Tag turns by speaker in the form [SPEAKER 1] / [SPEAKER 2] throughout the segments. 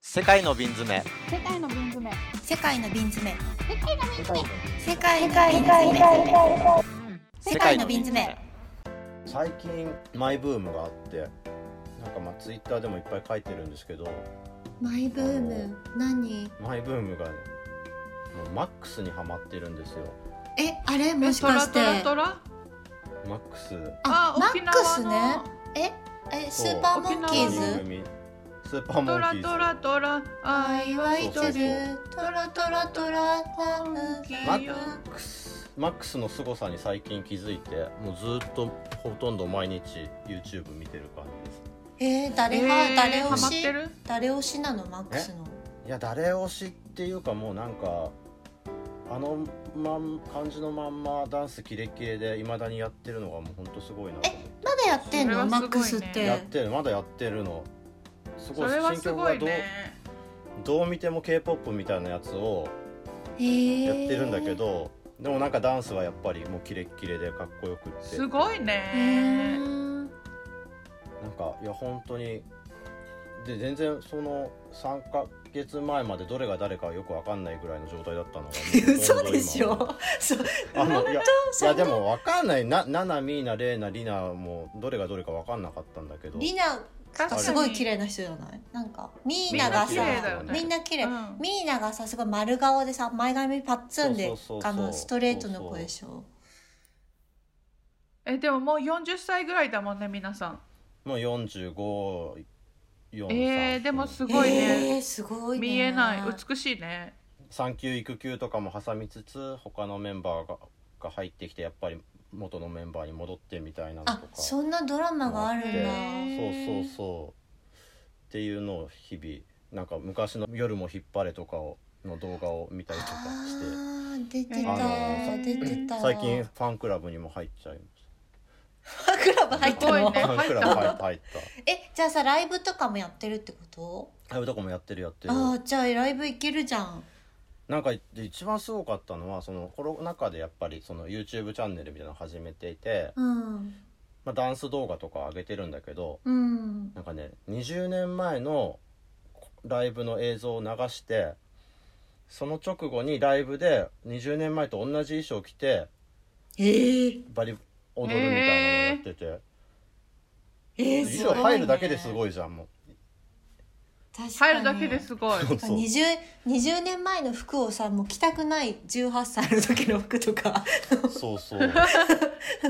[SPEAKER 1] 世界の瓶詰め
[SPEAKER 2] 世界の瓶詰め
[SPEAKER 3] 世界の瓶詰め
[SPEAKER 2] 世界の瓶詰め
[SPEAKER 3] 世界の瓶詰め世界の瓶詰め
[SPEAKER 4] 最近マイブームがあってなんかまあツイッターでもいっぱい書いてるんですけど
[SPEAKER 5] マイブーム何
[SPEAKER 4] マイブームがねもうマックスにはまってるんですよ
[SPEAKER 5] えあれも
[SPEAKER 6] え
[SPEAKER 5] し
[SPEAKER 6] ト
[SPEAKER 5] か
[SPEAKER 6] ラ
[SPEAKER 5] し
[SPEAKER 6] ト
[SPEAKER 5] て
[SPEAKER 6] ラトラ
[SPEAKER 4] マックス
[SPEAKER 6] あ
[SPEAKER 5] マ
[SPEAKER 6] 沖
[SPEAKER 5] ッ
[SPEAKER 6] 縄
[SPEAKER 5] クス
[SPEAKER 6] の
[SPEAKER 5] ねええス
[SPEAKER 4] そう
[SPEAKER 5] ーパーモンキー
[SPEAKER 6] 沖縄
[SPEAKER 5] ズ
[SPEAKER 4] 組スーパーモ
[SPEAKER 6] ト
[SPEAKER 4] ンキ
[SPEAKER 6] ラ
[SPEAKER 4] ーズ
[SPEAKER 6] トラトラあいわ
[SPEAKER 5] わ
[SPEAKER 6] い
[SPEAKER 5] い
[SPEAKER 6] と
[SPEAKER 5] て
[SPEAKER 4] そうそう
[SPEAKER 5] る
[SPEAKER 4] そう
[SPEAKER 5] トラトラトラタンキ
[SPEAKER 4] マ
[SPEAKER 5] ー
[SPEAKER 4] ックスマックスの凄さに最近気づいてもうずーっとほとんど毎日 YouTube 見てる感じです
[SPEAKER 5] えー、誰
[SPEAKER 6] え
[SPEAKER 5] 派、
[SPEAKER 6] ー
[SPEAKER 5] 誰
[SPEAKER 6] ハ
[SPEAKER 5] 推
[SPEAKER 6] マっ
[SPEAKER 5] して
[SPEAKER 6] る
[SPEAKER 5] 誰推しなのマックスの
[SPEAKER 4] いや誰推しっていうかもうなんかあのまん感じのまんまダンスキレキレでいまだにやってるのがもうほんとすごいなと思って
[SPEAKER 5] まだやってんの、
[SPEAKER 6] それは
[SPEAKER 5] マ
[SPEAKER 6] すご
[SPEAKER 5] ッ
[SPEAKER 6] いね
[SPEAKER 5] クスって
[SPEAKER 4] やってるまだやってるのす
[SPEAKER 6] そ
[SPEAKER 4] ごい
[SPEAKER 6] れは
[SPEAKER 4] 新
[SPEAKER 6] す
[SPEAKER 4] 曲
[SPEAKER 6] ご
[SPEAKER 4] が
[SPEAKER 6] い
[SPEAKER 4] どう,、
[SPEAKER 6] ね
[SPEAKER 4] どう見ても k p o p みたいなやつを
[SPEAKER 5] へー
[SPEAKER 4] やってるんだけど、でもなんかダンスはやっぱりもうキレッキレでかっこよくって
[SPEAKER 6] すごい
[SPEAKER 5] へー
[SPEAKER 6] ね
[SPEAKER 4] なんかいや本当にで全然その3ヶ月前までどれが誰かはよくわかんないぐらいの状態だったのが
[SPEAKER 5] 嘘でしょ そう
[SPEAKER 4] あのいやい
[SPEAKER 5] そん
[SPEAKER 4] や
[SPEAKER 5] な
[SPEAKER 4] でもわかんないなななみーなれいなりなもどれがどれかわかんなかったんだけど
[SPEAKER 5] リナ
[SPEAKER 6] 確かに
[SPEAKER 5] すごい綺麗な人じゃないなんかミーナが
[SPEAKER 4] みん
[SPEAKER 5] さ
[SPEAKER 4] な綺麗だよね
[SPEAKER 5] みんな綺麗
[SPEAKER 6] うん
[SPEAKER 5] ミーナがさすごい丸顔でさ前髪パッツンで
[SPEAKER 4] そうそうそうそう
[SPEAKER 5] あのストレートの子でしょ
[SPEAKER 6] えでももう40歳ぐらいだもんね皆さん
[SPEAKER 4] もう4543
[SPEAKER 6] えー、でもす
[SPEAKER 5] す
[SPEAKER 6] ごいね、
[SPEAKER 5] えー、すごいね
[SPEAKER 6] 見えない美しいね
[SPEAKER 4] 産休育休とかも挟みつつ他のメンバーがが入ってきてやっぱり元のメンバーに戻ってみたいなのと
[SPEAKER 5] あ
[SPEAKER 4] か
[SPEAKER 5] そんなドラマがあるんだ、
[SPEAKER 6] へ
[SPEAKER 4] そうそうそうっていうのを日々なんか昔の「夜も引っ張れ」とかをの動画を見たりとかして
[SPEAKER 5] あー出て
[SPEAKER 6] あの
[SPEAKER 5] た
[SPEAKER 6] さ
[SPEAKER 5] 出てた
[SPEAKER 4] 最近ファンクラブにも入っちゃいまし
[SPEAKER 5] ファンクラブ入った
[SPEAKER 6] すご
[SPEAKER 5] の、
[SPEAKER 6] いね
[SPEAKER 4] たファンクラブ入った入っ
[SPEAKER 5] えじゃあさライブとかもやってるってこと
[SPEAKER 4] たライブとかもやってるやってる
[SPEAKER 5] ああじゃあライブ行けるじゃん
[SPEAKER 4] なんかで一番すごかったのはそのコロナ禍でやっぱりその YouTube チャンネルみたいなのを始めていて、
[SPEAKER 5] うん
[SPEAKER 4] まあ、ダンス動画とか上げてるんだけど
[SPEAKER 5] うん
[SPEAKER 4] なんかね20年前のライブの映像を流してその直後にライブで20年前と同じ衣装着て
[SPEAKER 5] ええ
[SPEAKER 4] バリ踊るみたいなのやってて、
[SPEAKER 5] ええす
[SPEAKER 4] 衣
[SPEAKER 5] ご
[SPEAKER 4] 装
[SPEAKER 5] いね
[SPEAKER 4] 入るだけですごいじゃんもう
[SPEAKER 5] 確か
[SPEAKER 6] 入
[SPEAKER 5] に
[SPEAKER 6] るだけですごい
[SPEAKER 4] そうそう
[SPEAKER 5] 二十二十年前の服をさもう着たくない十八歳の時の服とか
[SPEAKER 4] そうそう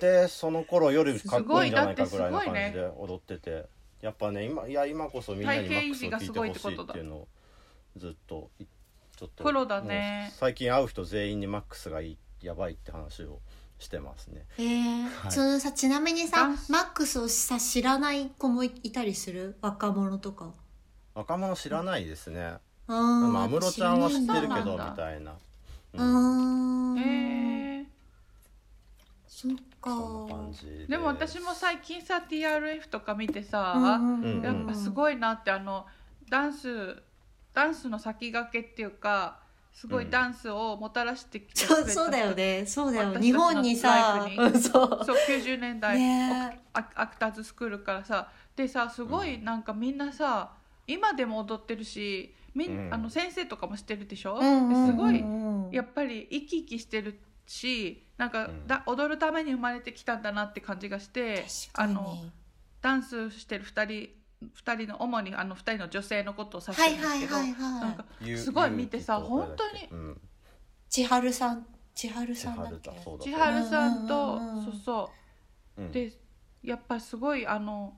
[SPEAKER 4] でその頃よりかっこいいんじゃないかぐらいな感じで踊っててやっぱね今いや今こそみんなにマックスを聞いてほしいっていうのをずっといちょっと
[SPEAKER 6] プロだね
[SPEAKER 4] もう最近会う人全員にマックスがいいやばいって話をしてますね
[SPEAKER 5] ええ
[SPEAKER 4] はい
[SPEAKER 5] そのさちなみにさ
[SPEAKER 6] ダンス
[SPEAKER 5] マックスをさ知らない子もいたりする若者とか
[SPEAKER 4] 若者知らないですね
[SPEAKER 5] あ
[SPEAKER 4] で
[SPEAKER 5] ー
[SPEAKER 4] も安室ちゃんは知ってるけ
[SPEAKER 6] そう
[SPEAKER 4] ど
[SPEAKER 6] なんだ
[SPEAKER 4] みたいな、
[SPEAKER 5] あ
[SPEAKER 4] うん
[SPEAKER 6] え
[SPEAKER 5] ー、
[SPEAKER 6] ー、
[SPEAKER 5] そっか
[SPEAKER 4] そんな感じです
[SPEAKER 6] でも私も最近さ TRF とか見てさ、
[SPEAKER 5] うん
[SPEAKER 4] うん
[SPEAKER 6] やっぱすごいなってあのダンスダンスの先駆けっていうかすご
[SPEAKER 4] う
[SPEAKER 6] い
[SPEAKER 4] ん
[SPEAKER 6] ダンスをもたらしてきてく
[SPEAKER 5] そ
[SPEAKER 6] れ
[SPEAKER 5] う
[SPEAKER 6] た
[SPEAKER 5] そうだよねそうだ
[SPEAKER 6] 私
[SPEAKER 5] よ
[SPEAKER 6] たちの
[SPEAKER 5] 日本にさ
[SPEAKER 6] ライフに
[SPEAKER 5] うんそう
[SPEAKER 6] そう90年代、
[SPEAKER 5] ね
[SPEAKER 6] アクアクターズスクールからさでさすごいなんかみんなさ、今でも踊ってるしみん、
[SPEAKER 4] うん
[SPEAKER 6] あの先生とかもしてるでしょ、
[SPEAKER 5] うんうんうん
[SPEAKER 6] ですごい
[SPEAKER 5] うん
[SPEAKER 6] やっぱり生き生きしてるしなんか
[SPEAKER 4] うん
[SPEAKER 6] だ、踊るために生まれてきたんだなって感じがしてあ
[SPEAKER 5] 確か
[SPEAKER 6] の
[SPEAKER 5] に
[SPEAKER 6] ダンスしてる2人2人の主にあの2人の女性のことを指し
[SPEAKER 5] は
[SPEAKER 6] て
[SPEAKER 5] い
[SPEAKER 6] るんです
[SPEAKER 5] はい
[SPEAKER 6] けど、
[SPEAKER 5] はいは
[SPEAKER 6] なん
[SPEAKER 5] い
[SPEAKER 6] か
[SPEAKER 4] ゆ
[SPEAKER 6] すごい見てさ
[SPEAKER 4] ゆうきと誰だっけ
[SPEAKER 6] 本当に
[SPEAKER 4] うん
[SPEAKER 5] 千春さん千春
[SPEAKER 4] 千
[SPEAKER 5] さんだっ
[SPEAKER 4] 春
[SPEAKER 5] け
[SPEAKER 4] だそうだ
[SPEAKER 6] 千春さんと、
[SPEAKER 5] うんうんうん
[SPEAKER 6] そうそう
[SPEAKER 4] うん
[SPEAKER 6] でやっぱすごいあの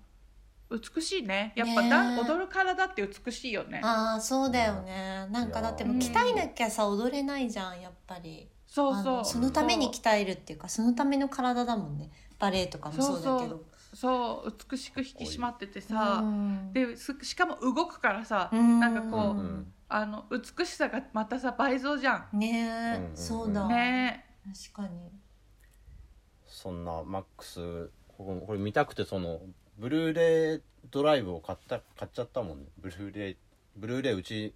[SPEAKER 6] 美しいねやっぱダン
[SPEAKER 5] ねえ
[SPEAKER 6] 踊る体って美しいよね
[SPEAKER 5] ああそうだよねなんかだってもう
[SPEAKER 6] いやー
[SPEAKER 5] 鍛えなきゃさ踊れないじゃんやっぱり
[SPEAKER 6] そう
[SPEAKER 5] あ
[SPEAKER 6] そ
[SPEAKER 5] の
[SPEAKER 6] う
[SPEAKER 5] そのために鍛えるっていうかそのための体だもんねバレエとかもそうだけど
[SPEAKER 6] そうそうそう美しく引き締まっててさ
[SPEAKER 5] うん
[SPEAKER 6] ですしかも動くからさ
[SPEAKER 5] うん
[SPEAKER 6] なんかこう、
[SPEAKER 4] うん
[SPEAKER 6] あの美しさがまたさ倍増じゃ
[SPEAKER 5] ねえ、
[SPEAKER 4] うんうん
[SPEAKER 5] そうだ、
[SPEAKER 6] んねえ
[SPEAKER 5] 確かに
[SPEAKER 4] そんなマックスここれ見たくてそのブルーレイドライブを買った買っちゃったもんねブルーレイブルーレイうち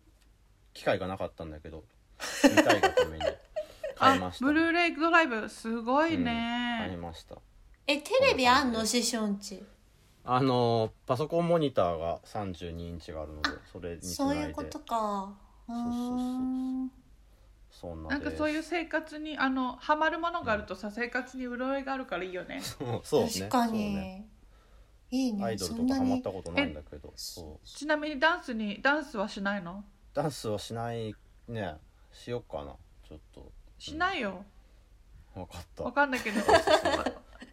[SPEAKER 4] 機会がなかったんだけど見たいがために買い
[SPEAKER 6] あ
[SPEAKER 4] ました
[SPEAKER 6] ブルーレイドライブすごい
[SPEAKER 4] 買い
[SPEAKER 6] ね、
[SPEAKER 4] ました
[SPEAKER 5] えテレビあんの師匠んち
[SPEAKER 4] あのパソコンモニターが32インチがあるのでそれにつ
[SPEAKER 5] そう
[SPEAKER 4] ないで
[SPEAKER 5] いうことかう
[SPEAKER 4] そうそうそう
[SPEAKER 5] ーん
[SPEAKER 4] そんな
[SPEAKER 6] なん
[SPEAKER 4] で
[SPEAKER 6] か
[SPEAKER 4] す
[SPEAKER 6] そういう生活にあのハマるものがあるとさ生活に潤いがあるからいいよね
[SPEAKER 4] そうそうね
[SPEAKER 5] 確か
[SPEAKER 4] そう
[SPEAKER 5] に、
[SPEAKER 4] ね
[SPEAKER 5] いい
[SPEAKER 4] ア
[SPEAKER 5] ね
[SPEAKER 4] イドル
[SPEAKER 5] そ
[SPEAKER 4] と
[SPEAKER 5] ん
[SPEAKER 4] か
[SPEAKER 5] な
[SPEAKER 4] ハマっ
[SPEAKER 5] に
[SPEAKER 4] たことないんだけどそう
[SPEAKER 6] ちなみにダンスにダンスはしないの
[SPEAKER 4] ダンスはしないねしよっかなちょっと
[SPEAKER 6] しないよ
[SPEAKER 4] 分かった
[SPEAKER 6] わかんないけど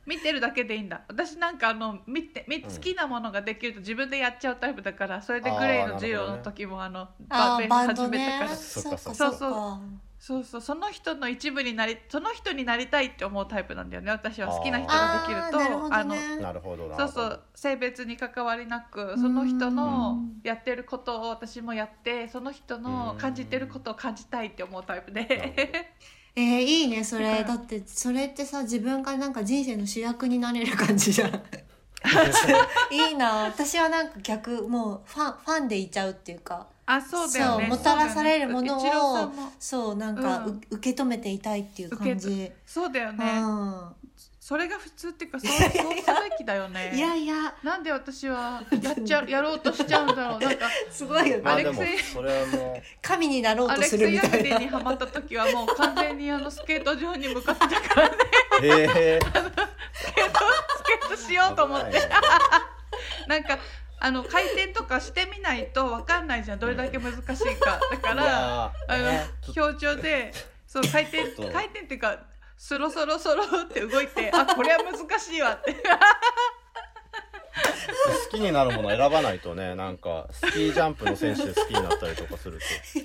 [SPEAKER 6] 見てるだけでいいんだ私なんかあの見て見
[SPEAKER 4] うん
[SPEAKER 6] 好きなものができると自分でやっちゃうタイプだからそれでグレーの授業の時もあの
[SPEAKER 5] あ
[SPEAKER 6] バー
[SPEAKER 5] ー
[SPEAKER 6] ベ
[SPEAKER 5] バン
[SPEAKER 6] ース
[SPEAKER 5] ド
[SPEAKER 6] 始めたか
[SPEAKER 5] ね
[SPEAKER 6] ら
[SPEAKER 4] そっ
[SPEAKER 5] そ
[SPEAKER 4] か
[SPEAKER 5] っか
[SPEAKER 6] そ
[SPEAKER 5] そ
[SPEAKER 6] っか
[SPEAKER 5] っか
[SPEAKER 6] そうそうその人の一部になりその人になりたいって思うタイプなんだよね私は好きな人ができる
[SPEAKER 5] あー
[SPEAKER 6] と
[SPEAKER 5] なるほど
[SPEAKER 6] の
[SPEAKER 5] ね
[SPEAKER 4] なるほどな
[SPEAKER 6] そうそう性別に関わりなくその人のやってることを私もやってその人の感じてることを感じたいって思うタイプで
[SPEAKER 5] えー、いいねそ
[SPEAKER 6] だか
[SPEAKER 5] れ
[SPEAKER 6] ら
[SPEAKER 5] だってそれってさ自分がなんか人生の主役になれる感じじゃん いいな私はなんか逆もうファンファンでいちゃうっていうか
[SPEAKER 6] あそうだよね
[SPEAKER 5] そうもたらされるものを
[SPEAKER 6] そうだよねイチローさんも
[SPEAKER 5] そうなんか、う
[SPEAKER 6] うん
[SPEAKER 5] 受け止めていたいっていう感じ、
[SPEAKER 6] そうだよ
[SPEAKER 5] う
[SPEAKER 6] ね
[SPEAKER 5] ん
[SPEAKER 6] それが普通っていうか そうそうすべきだよね
[SPEAKER 5] いやいや
[SPEAKER 6] なんで私はやっちゃうやろうとしちゃうんだろう なんか
[SPEAKER 5] すごいよね、
[SPEAKER 4] まあ
[SPEAKER 6] アレ
[SPEAKER 4] で
[SPEAKER 6] ク
[SPEAKER 4] も
[SPEAKER 6] セイ
[SPEAKER 4] それはも
[SPEAKER 5] 神になろう
[SPEAKER 6] ア
[SPEAKER 5] と
[SPEAKER 6] レ
[SPEAKER 5] す
[SPEAKER 6] ク
[SPEAKER 5] る
[SPEAKER 6] セ
[SPEAKER 5] み
[SPEAKER 6] イヤ
[SPEAKER 5] た
[SPEAKER 6] ク
[SPEAKER 5] い
[SPEAKER 6] デ
[SPEAKER 5] な
[SPEAKER 6] にハマった時はもう完全にあのスケート場に向かってたからね
[SPEAKER 4] うええ
[SPEAKER 6] スケートスケートしようと思ってなんかあの回転とかしてみないとわかんないじゃんどれだけ難しいかだから
[SPEAKER 4] あ
[SPEAKER 6] あの表情でそう回転
[SPEAKER 4] ちょっと
[SPEAKER 6] 回転っていうかそろそろそろって動いてあこれは難しいわって
[SPEAKER 4] 好きになるもの選ばないとねなんかスキージャンプの選手で好きになったりとかする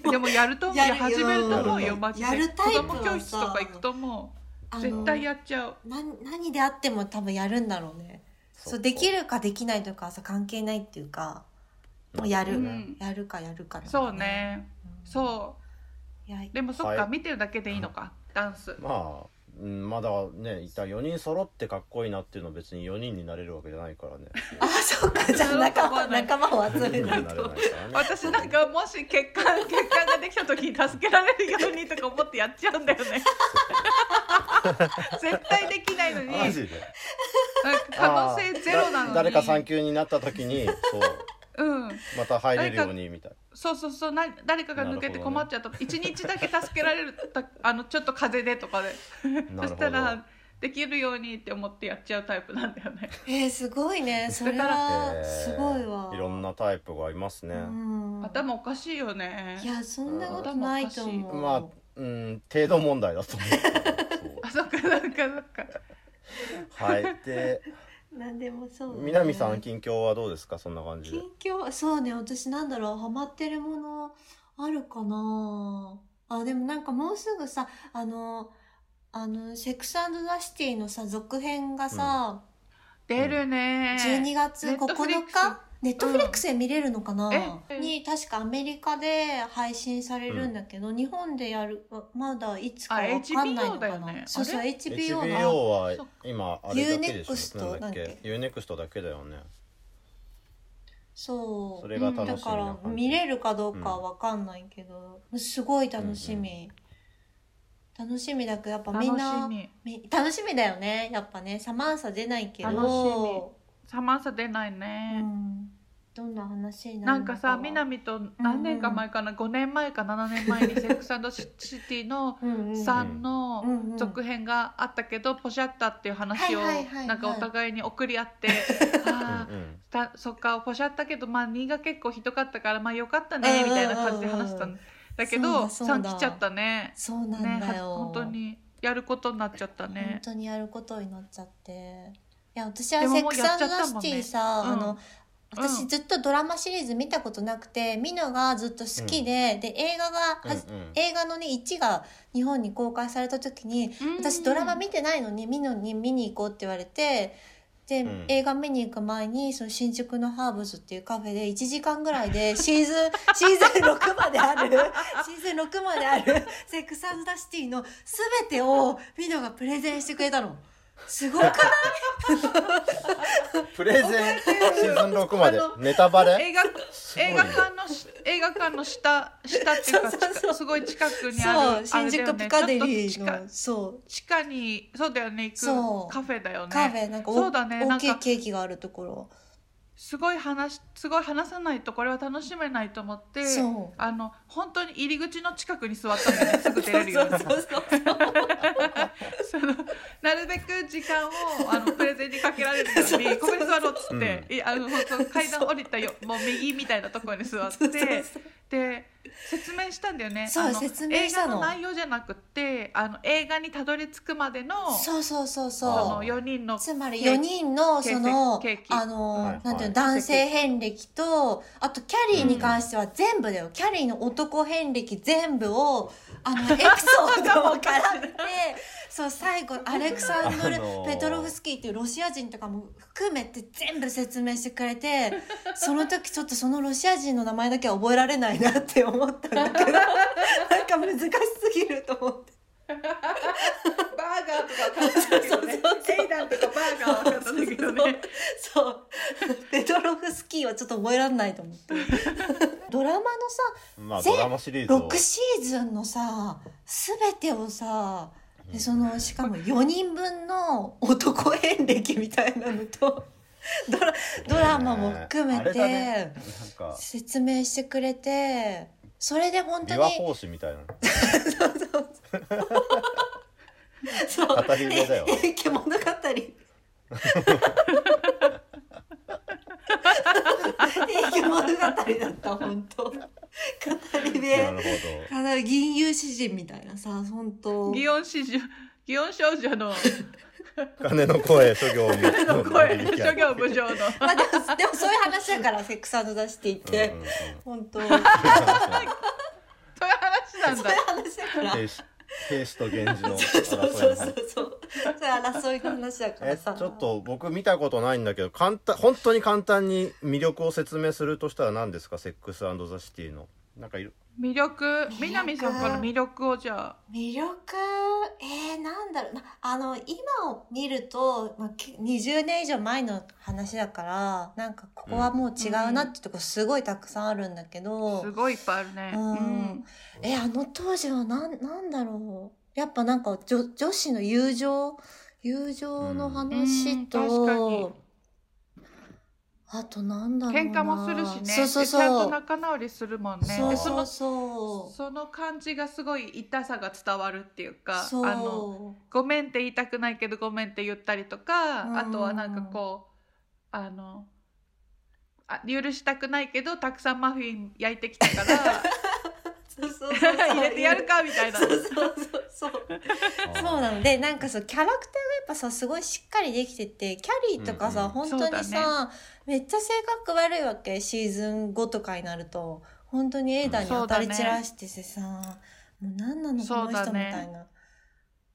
[SPEAKER 4] と
[SPEAKER 6] でもやると思う
[SPEAKER 5] や
[SPEAKER 6] よ
[SPEAKER 5] るよ
[SPEAKER 6] 始めると思う
[SPEAKER 4] や
[SPEAKER 6] よ
[SPEAKER 4] る
[SPEAKER 6] マジで
[SPEAKER 5] やるタイプはさ
[SPEAKER 6] 子供教室とか行くとも
[SPEAKER 5] あ
[SPEAKER 6] う
[SPEAKER 5] の
[SPEAKER 6] 絶対やっちゃう
[SPEAKER 5] な何であっても多分やるんだろうねそうできるかできないとかさ関係ないっていうかもうやる、
[SPEAKER 6] うん
[SPEAKER 5] やるかやるかなんだ
[SPEAKER 6] そうね
[SPEAKER 5] う
[SPEAKER 6] そ
[SPEAKER 5] んいや
[SPEAKER 6] うでもそっか、
[SPEAKER 4] はい
[SPEAKER 6] 見てるだけでいいのかダンス
[SPEAKER 4] まあうんまだね一旦4人揃ってかっこいいなっていうのは別に4人になれるわけじゃないからね
[SPEAKER 5] あそうかじゃあ仲間仲間を集
[SPEAKER 4] 4人
[SPEAKER 5] め
[SPEAKER 4] には
[SPEAKER 5] ない
[SPEAKER 4] なれない
[SPEAKER 5] と
[SPEAKER 4] からね
[SPEAKER 6] 私なんかもし血管血管ができた時に助けられるようにとか思ってやっちゃうんだよね絶対できないのに
[SPEAKER 4] マジで
[SPEAKER 6] なんか可能性ゼロなの
[SPEAKER 4] あ
[SPEAKER 6] に
[SPEAKER 4] ーだ誰か産休になった時にそう
[SPEAKER 6] うん
[SPEAKER 4] また入れるようにみたい
[SPEAKER 6] そうそうそうな誰かが抜けて困っちゃった一、日だけ助けられるた あのちょっと風邪でとかで
[SPEAKER 4] なるほど
[SPEAKER 6] そしたらできるようにって思ってやっちゃうタイプなんだよね
[SPEAKER 5] えー、すごいねそれ
[SPEAKER 6] だ
[SPEAKER 5] は
[SPEAKER 4] えー
[SPEAKER 5] すごいわ、
[SPEAKER 4] いろんなタイプがいますね、
[SPEAKER 5] うん、
[SPEAKER 6] 頭おかしいよね
[SPEAKER 5] いやそんなことないと思う、
[SPEAKER 4] まあうん程度問題だと思う
[SPEAKER 6] あそっかそっかそっか
[SPEAKER 4] そうはいで
[SPEAKER 5] 何でもそう、ね、
[SPEAKER 4] 南さん近況はどうですかそんな感じで
[SPEAKER 5] 近況そうね私なんだろうハマってるものあるかなあでもなんかもうすぐさあのあのセックスザ・シティのさ続編がさ、
[SPEAKER 6] 出るね
[SPEAKER 5] 12月9日ネットフリックスで見れるのかな、
[SPEAKER 6] え
[SPEAKER 5] に確かアメリカで配信されるんだけど、日本でやるまだいつかわかんないのか
[SPEAKER 6] あ HBO だよ
[SPEAKER 5] な、
[SPEAKER 6] ね
[SPEAKER 5] そうそう
[SPEAKER 6] あ
[SPEAKER 5] HBO の
[SPEAKER 4] HBO は今あれだけでしょ
[SPEAKER 5] Unext
[SPEAKER 4] なんだ
[SPEAKER 5] な
[SPEAKER 4] っ
[SPEAKER 5] んだっ
[SPEAKER 4] け UNEXT だけだよね
[SPEAKER 5] そう
[SPEAKER 4] それが楽しみな
[SPEAKER 5] だから
[SPEAKER 4] 感じ
[SPEAKER 5] 見れるかどうかわかんないけど、すごい楽しみ、楽しみだけどやっぱみんな
[SPEAKER 6] 楽しみ
[SPEAKER 5] み楽しみだよねやっぱねサマンサ出ないけど
[SPEAKER 6] 楽しサマンサ出ないね、
[SPEAKER 5] うんどんな話にな
[SPEAKER 6] な
[SPEAKER 5] る
[SPEAKER 6] ん
[SPEAKER 5] のか
[SPEAKER 6] か
[SPEAKER 5] は
[SPEAKER 6] さ、みなみと何年か前かな、5年前か7年前にセックスシティの
[SPEAKER 5] うんうん
[SPEAKER 6] さんの
[SPEAKER 5] うんうん
[SPEAKER 6] 続編があったけど、ポシャったっていう話を
[SPEAKER 5] はいはいはいはい
[SPEAKER 6] なんかお互いに送り合 って、あ
[SPEAKER 4] うんうん
[SPEAKER 6] あたそっかポシャったけどまあ2が結構ひどかったからまあよかったね
[SPEAKER 5] うん
[SPEAKER 6] み
[SPEAKER 5] うんうんうん
[SPEAKER 6] たいな感じで話したんだけ
[SPEAKER 5] そう
[SPEAKER 6] ど
[SPEAKER 5] だそうだ
[SPEAKER 6] 3来ちゃったね。
[SPEAKER 5] そうな
[SPEAKER 6] ね
[SPEAKER 5] んだよ、
[SPEAKER 6] 本当にやることになっちゃった
[SPEAKER 5] 本
[SPEAKER 6] ね。
[SPEAKER 5] 当にやることになっちゃっていや私は
[SPEAKER 6] で
[SPEAKER 5] セ
[SPEAKER 6] も
[SPEAKER 5] ッ
[SPEAKER 6] もう
[SPEAKER 5] クス
[SPEAKER 6] やっちゃった
[SPEAKER 5] ザ
[SPEAKER 6] も
[SPEAKER 5] シ
[SPEAKER 6] んね
[SPEAKER 5] ティさ、
[SPEAKER 6] うん
[SPEAKER 5] あの私ずっとドラマシリーズ見たことなくて、ミノがずっと好きで、で映画がはじ、
[SPEAKER 4] うんうん
[SPEAKER 5] 映画のね1が日本に公開された時に
[SPEAKER 6] うん
[SPEAKER 5] 私ドラマ見てないのにミノに見に行こうって言われてで、
[SPEAKER 4] うん
[SPEAKER 5] 映画見に行く前にその新宿のハーブズっていうカフェで1時間ぐらいで シーズンシーズン6まであ るシーズン6まである「セックスザ・シティ」の全てをミノがプレゼンしてくれたの。すごく ない
[SPEAKER 4] プレゼンシーズン6までネタバレ
[SPEAKER 6] 映画
[SPEAKER 4] ごいね
[SPEAKER 6] 映画館のし映画館の下下っていうか
[SPEAKER 5] そうそうそう
[SPEAKER 6] 近すごい近くにあ
[SPEAKER 5] そう
[SPEAKER 6] る
[SPEAKER 5] 新宿ピカデリ
[SPEAKER 6] あれ
[SPEAKER 5] ー
[SPEAKER 6] だよねちょっと
[SPEAKER 5] のそう
[SPEAKER 6] 地下地下にそうだよね行
[SPEAKER 5] そう
[SPEAKER 6] くカフェだよね。
[SPEAKER 5] カフェなんかお
[SPEAKER 6] そうだねなん
[SPEAKER 5] 大
[SPEAKER 6] か
[SPEAKER 5] きいケーキがあるところ
[SPEAKER 6] すごい話すごい話さないとこれは楽しめないと思って
[SPEAKER 5] そう
[SPEAKER 6] あの本当に入り口の近くに座ったのねすぐ出れるように
[SPEAKER 5] そうそうそう
[SPEAKER 6] そのなるべく時間をあのプレゼンにかけられる ようにここに座ろうっつって、いあの本当階段降りたよもう右みたいなところに座っ
[SPEAKER 5] そうそう
[SPEAKER 6] てで説明したんだよね
[SPEAKER 5] そう
[SPEAKER 6] あの
[SPEAKER 5] 説明したの
[SPEAKER 6] 映画の内容じゃなくてあの映画にたどり着くまでの
[SPEAKER 5] そうそうそう
[SPEAKER 6] あ
[SPEAKER 5] そう
[SPEAKER 6] の4人の
[SPEAKER 5] つまり4人の
[SPEAKER 6] ケー
[SPEAKER 5] そ
[SPEAKER 6] キ
[SPEAKER 5] の
[SPEAKER 6] ケーキ
[SPEAKER 5] あ
[SPEAKER 4] はいは
[SPEAKER 5] の
[SPEAKER 4] い
[SPEAKER 5] なんていうの男性遍歴とあとキャリーに関しては全部だよキャリーの男遍歴全部をあ のエピソードを絡めてそう最後アレクサンドル
[SPEAKER 4] あのー・
[SPEAKER 5] ペトロフスキーっていうロシア人とかも含めて全部説明してくれてその時ちょっとそのロシア人の名前だけは覚えられないなって思ったんだけ どなんか難しすぎると思って。
[SPEAKER 6] バーガーとか買ったけ
[SPEAKER 5] そうそ
[SPEAKER 6] どね
[SPEAKER 5] うそう
[SPEAKER 6] セイダンとかバーガーは買ったんだけどね
[SPEAKER 5] そう ペトロフスキーはちょっと覚えられないと思って ドラマの
[SPEAKER 4] まあ
[SPEAKER 5] 全
[SPEAKER 4] ドラマシリーズ
[SPEAKER 5] さ
[SPEAKER 4] を
[SPEAKER 5] 6シーズンのさ全てをさ
[SPEAKER 4] う
[SPEAKER 5] で
[SPEAKER 4] ん
[SPEAKER 5] そのしかも4人分の男遍歴みたいなのと ドラドラマも含め
[SPEAKER 4] あれ
[SPEAKER 5] て、
[SPEAKER 4] だねなんか
[SPEAKER 5] 説明してくれてそれで本当
[SPEAKER 4] 琵
[SPEAKER 5] に
[SPEAKER 4] 琶法師みたいな
[SPEAKER 5] そう
[SPEAKER 4] 語り部だよ
[SPEAKER 5] ええ獣語 りええ物語だった本当語り部
[SPEAKER 4] なるほ
[SPEAKER 5] 語り銀融詩人みたいなさ本当
[SPEAKER 6] 祇園少女祇園少女の
[SPEAKER 4] ど金の声諸行無常
[SPEAKER 6] の声 諸行無常の
[SPEAKER 5] まあでもでもそういう話だからセックスアンド出していって、
[SPEAKER 4] うんうんうん
[SPEAKER 5] 本当そういう話
[SPEAKER 6] そういう話なんだ
[SPEAKER 5] だから
[SPEAKER 4] 兵士兵士と源氏の
[SPEAKER 5] そうそうそ
[SPEAKER 4] 争
[SPEAKER 5] う
[SPEAKER 4] いの
[SPEAKER 5] そう
[SPEAKER 4] 話
[SPEAKER 5] そうそういう争いの話だから
[SPEAKER 4] えち
[SPEAKER 5] さ
[SPEAKER 4] ょっと僕見たことないんだけど簡単本当に簡単に魅力を説明するとしたら何ですかセックスザ・シティのなんかいる
[SPEAKER 6] 魅力南さんから魅力をじゃあ
[SPEAKER 5] 魅力、えー、なんだろうな。あの、今を見ると、まあ、け20年以上前の話だから、なんかここはもう違うなってとこすごいたくさんあるんだけど、
[SPEAKER 6] すごいいっぱいあるね
[SPEAKER 5] うん
[SPEAKER 6] うん
[SPEAKER 5] え、あの当時はなん、なんだろう。やっぱなんか女女子の友情、友情の話と、
[SPEAKER 6] うんうん確かに
[SPEAKER 5] あとなんだろうな。
[SPEAKER 6] 喧嘩もするしね
[SPEAKER 5] そうそう
[SPEAKER 6] でちゃんと
[SPEAKER 5] そう。
[SPEAKER 6] 仲直りするもんね
[SPEAKER 5] そう
[SPEAKER 6] でそ
[SPEAKER 5] そ
[SPEAKER 6] の
[SPEAKER 5] うそう。
[SPEAKER 6] その感じがすごい痛さが伝わるっていうか
[SPEAKER 5] そう
[SPEAKER 6] あのごめんって言いたくないけどごめんって言ったりとか、
[SPEAKER 5] うん
[SPEAKER 6] あとはなんかこうあのあ許したくないけどたくさんマフィン焼いてきた から
[SPEAKER 5] そうそうそうそう
[SPEAKER 6] 入れてやるかみたいな。
[SPEAKER 5] そうそうそうそう。 そうなのでなんかそうキャラクターがやっぱさすごいしっかりできててキャリーとかさ、
[SPEAKER 4] うんうん
[SPEAKER 5] 本当に
[SPEAKER 6] そうだ
[SPEAKER 5] さ、めっちゃ性格悪いわけシーズン5とかになると本当にエイダに当たり散らしててさ、もう何なのこの
[SPEAKER 6] そうだ
[SPEAKER 5] 人みた
[SPEAKER 6] ね
[SPEAKER 5] いな。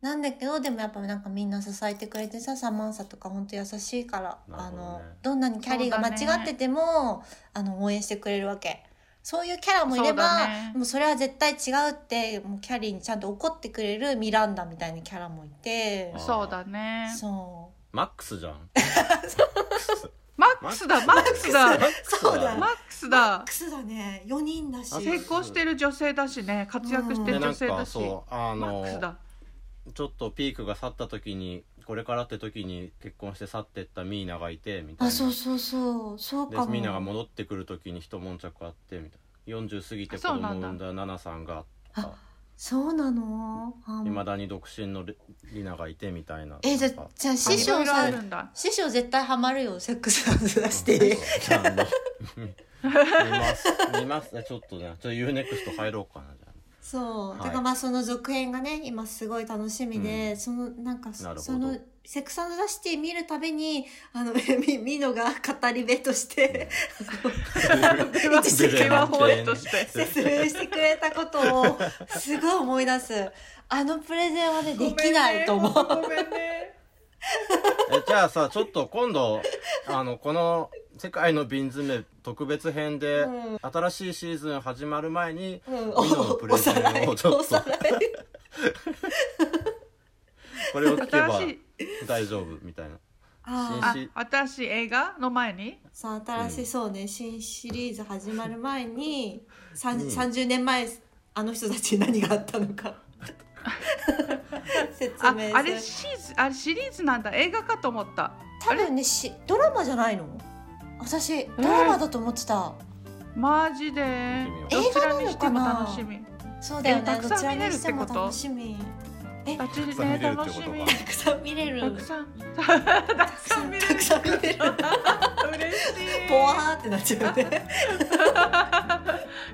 [SPEAKER 5] なんだけどでもやっぱなんかみんな支えてくれてさサマンサとか本当優しいから、
[SPEAKER 4] な
[SPEAKER 5] あ
[SPEAKER 4] るほど
[SPEAKER 5] の
[SPEAKER 4] ね
[SPEAKER 5] どんなにキャリーが間違ってても、あの応援してくれるわけそういうキャラもいれば
[SPEAKER 6] そうだね
[SPEAKER 5] もうそれは絶対違うってもうキャリーにちゃんと怒ってくれるミランダみたいなキャラもいて
[SPEAKER 4] あ
[SPEAKER 6] そうだね。
[SPEAKER 5] そ
[SPEAKER 4] マックスじゃん
[SPEAKER 6] マックスだ、マックスだ、マッ
[SPEAKER 5] そうだ
[SPEAKER 4] マッ
[SPEAKER 6] クスだ
[SPEAKER 5] う。スだね4人だし
[SPEAKER 4] あ
[SPEAKER 6] 成功してる女性だしね、活躍し
[SPEAKER 4] クス
[SPEAKER 6] て
[SPEAKER 4] で
[SPEAKER 6] る
[SPEAKER 4] な
[SPEAKER 6] 女
[SPEAKER 4] ん
[SPEAKER 6] 性だ
[SPEAKER 4] か
[SPEAKER 6] し。
[SPEAKER 4] そうあ
[SPEAKER 6] マックス
[SPEAKER 4] の
[SPEAKER 6] だ。
[SPEAKER 4] ちょっとピークが去った時にこれからって時に結婚して去ってったミーナがいてみたい
[SPEAKER 5] あ
[SPEAKER 4] な
[SPEAKER 5] そうそうそうそう
[SPEAKER 4] で
[SPEAKER 5] かも
[SPEAKER 4] ミーナが戻ってくる時に一悶着あってみたいな40過ぎて子供を産んだナナさんが
[SPEAKER 5] そうなのあ
[SPEAKER 4] いまだに独身のリリナがいてみたいな
[SPEAKER 5] えじゃ
[SPEAKER 4] なんか
[SPEAKER 5] じゃあ師
[SPEAKER 6] いろ
[SPEAKER 5] 匠
[SPEAKER 6] いろあ
[SPEAKER 5] さ
[SPEAKER 6] るんだ。
[SPEAKER 5] 師匠絶対ハマるよセックス出して
[SPEAKER 4] あの 見ます見ますちょっとねちょっと UNEXT 入ろうかなじゃ
[SPEAKER 5] そう、
[SPEAKER 4] はい
[SPEAKER 5] だからまあその続編がね今すごい楽しみで、
[SPEAKER 4] うん
[SPEAKER 5] そのなんか
[SPEAKER 4] なるほど
[SPEAKER 5] そのセクサンダシティ見るたびにあの みミノが語り部として、
[SPEAKER 6] では、
[SPEAKER 5] 一時
[SPEAKER 6] で はホールとして。
[SPEAKER 5] 説明してくれたことをすごい思い出すあのプレゼンはねできないと思う、
[SPEAKER 6] ごめんね。
[SPEAKER 4] あえじゃあさちょっと今度あのこの「世界の瓶詰め」特別編で、
[SPEAKER 5] うん
[SPEAKER 4] 新しいシーズン始まる前に、
[SPEAKER 5] うん、
[SPEAKER 4] ミノのプレゼンをちょ
[SPEAKER 5] お
[SPEAKER 4] っ
[SPEAKER 5] さ
[SPEAKER 4] と
[SPEAKER 5] らい
[SPEAKER 4] これを聞けば
[SPEAKER 6] 新しい
[SPEAKER 4] 大丈夫みたいな
[SPEAKER 5] あー
[SPEAKER 6] あ、新しい映画の前に。
[SPEAKER 5] さあ新しいそうね新シリーズ始まる前に
[SPEAKER 4] うん
[SPEAKER 5] 30 30年前あの人たちに何があったのか説
[SPEAKER 6] あ、
[SPEAKER 5] 明
[SPEAKER 6] あれ
[SPEAKER 5] する
[SPEAKER 6] シーズン、あれシリーズなんだ、映画かと思った。
[SPEAKER 5] 多分ねしドラマじゃないの私ドラマだと思ってた、
[SPEAKER 6] マジで
[SPEAKER 4] 見て
[SPEAKER 6] ど
[SPEAKER 5] みよう
[SPEAKER 6] ちらにしても楽しみ
[SPEAKER 5] そうだよね
[SPEAKER 6] えたくさん
[SPEAKER 5] どちらにしても
[SPEAKER 6] 見れるってこと
[SPEAKER 5] 楽しみ
[SPEAKER 6] た
[SPEAKER 4] た
[SPEAKER 6] ち
[SPEAKER 4] くさん見
[SPEAKER 6] ね
[SPEAKER 4] れるって
[SPEAKER 6] 楽
[SPEAKER 4] こ
[SPEAKER 6] し
[SPEAKER 4] と
[SPEAKER 6] み
[SPEAKER 4] か
[SPEAKER 5] たくさん見れ
[SPEAKER 6] た
[SPEAKER 5] る
[SPEAKER 6] くさんたくさん見れる
[SPEAKER 5] たくさん見れる
[SPEAKER 6] 嬉しい
[SPEAKER 5] ボワーってなっちゃうね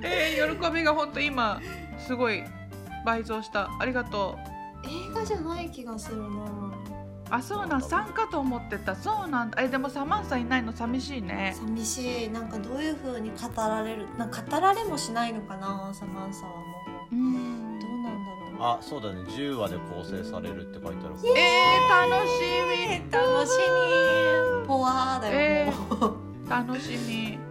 [SPEAKER 6] えー、喜びが本当今すごい倍増したありがとう
[SPEAKER 5] 映画じゃない気がするな
[SPEAKER 6] あそうなん参加と思ってたそうなんだえでもサマンサいないの寂しいね
[SPEAKER 5] 寂しいなんかどういう風に語られるなんか語られもしないのかなサマンサはもう
[SPEAKER 6] う
[SPEAKER 5] んどうなんだろう
[SPEAKER 4] あそうだね10話で構成されるって書いてある
[SPEAKER 6] えー、楽しみ
[SPEAKER 5] 楽しみポワーだよ、
[SPEAKER 6] え
[SPEAKER 5] もう
[SPEAKER 6] 楽しみ